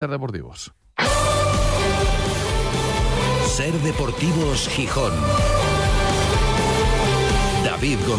Ser deportivos. Ser Deportivos Gijón. David González.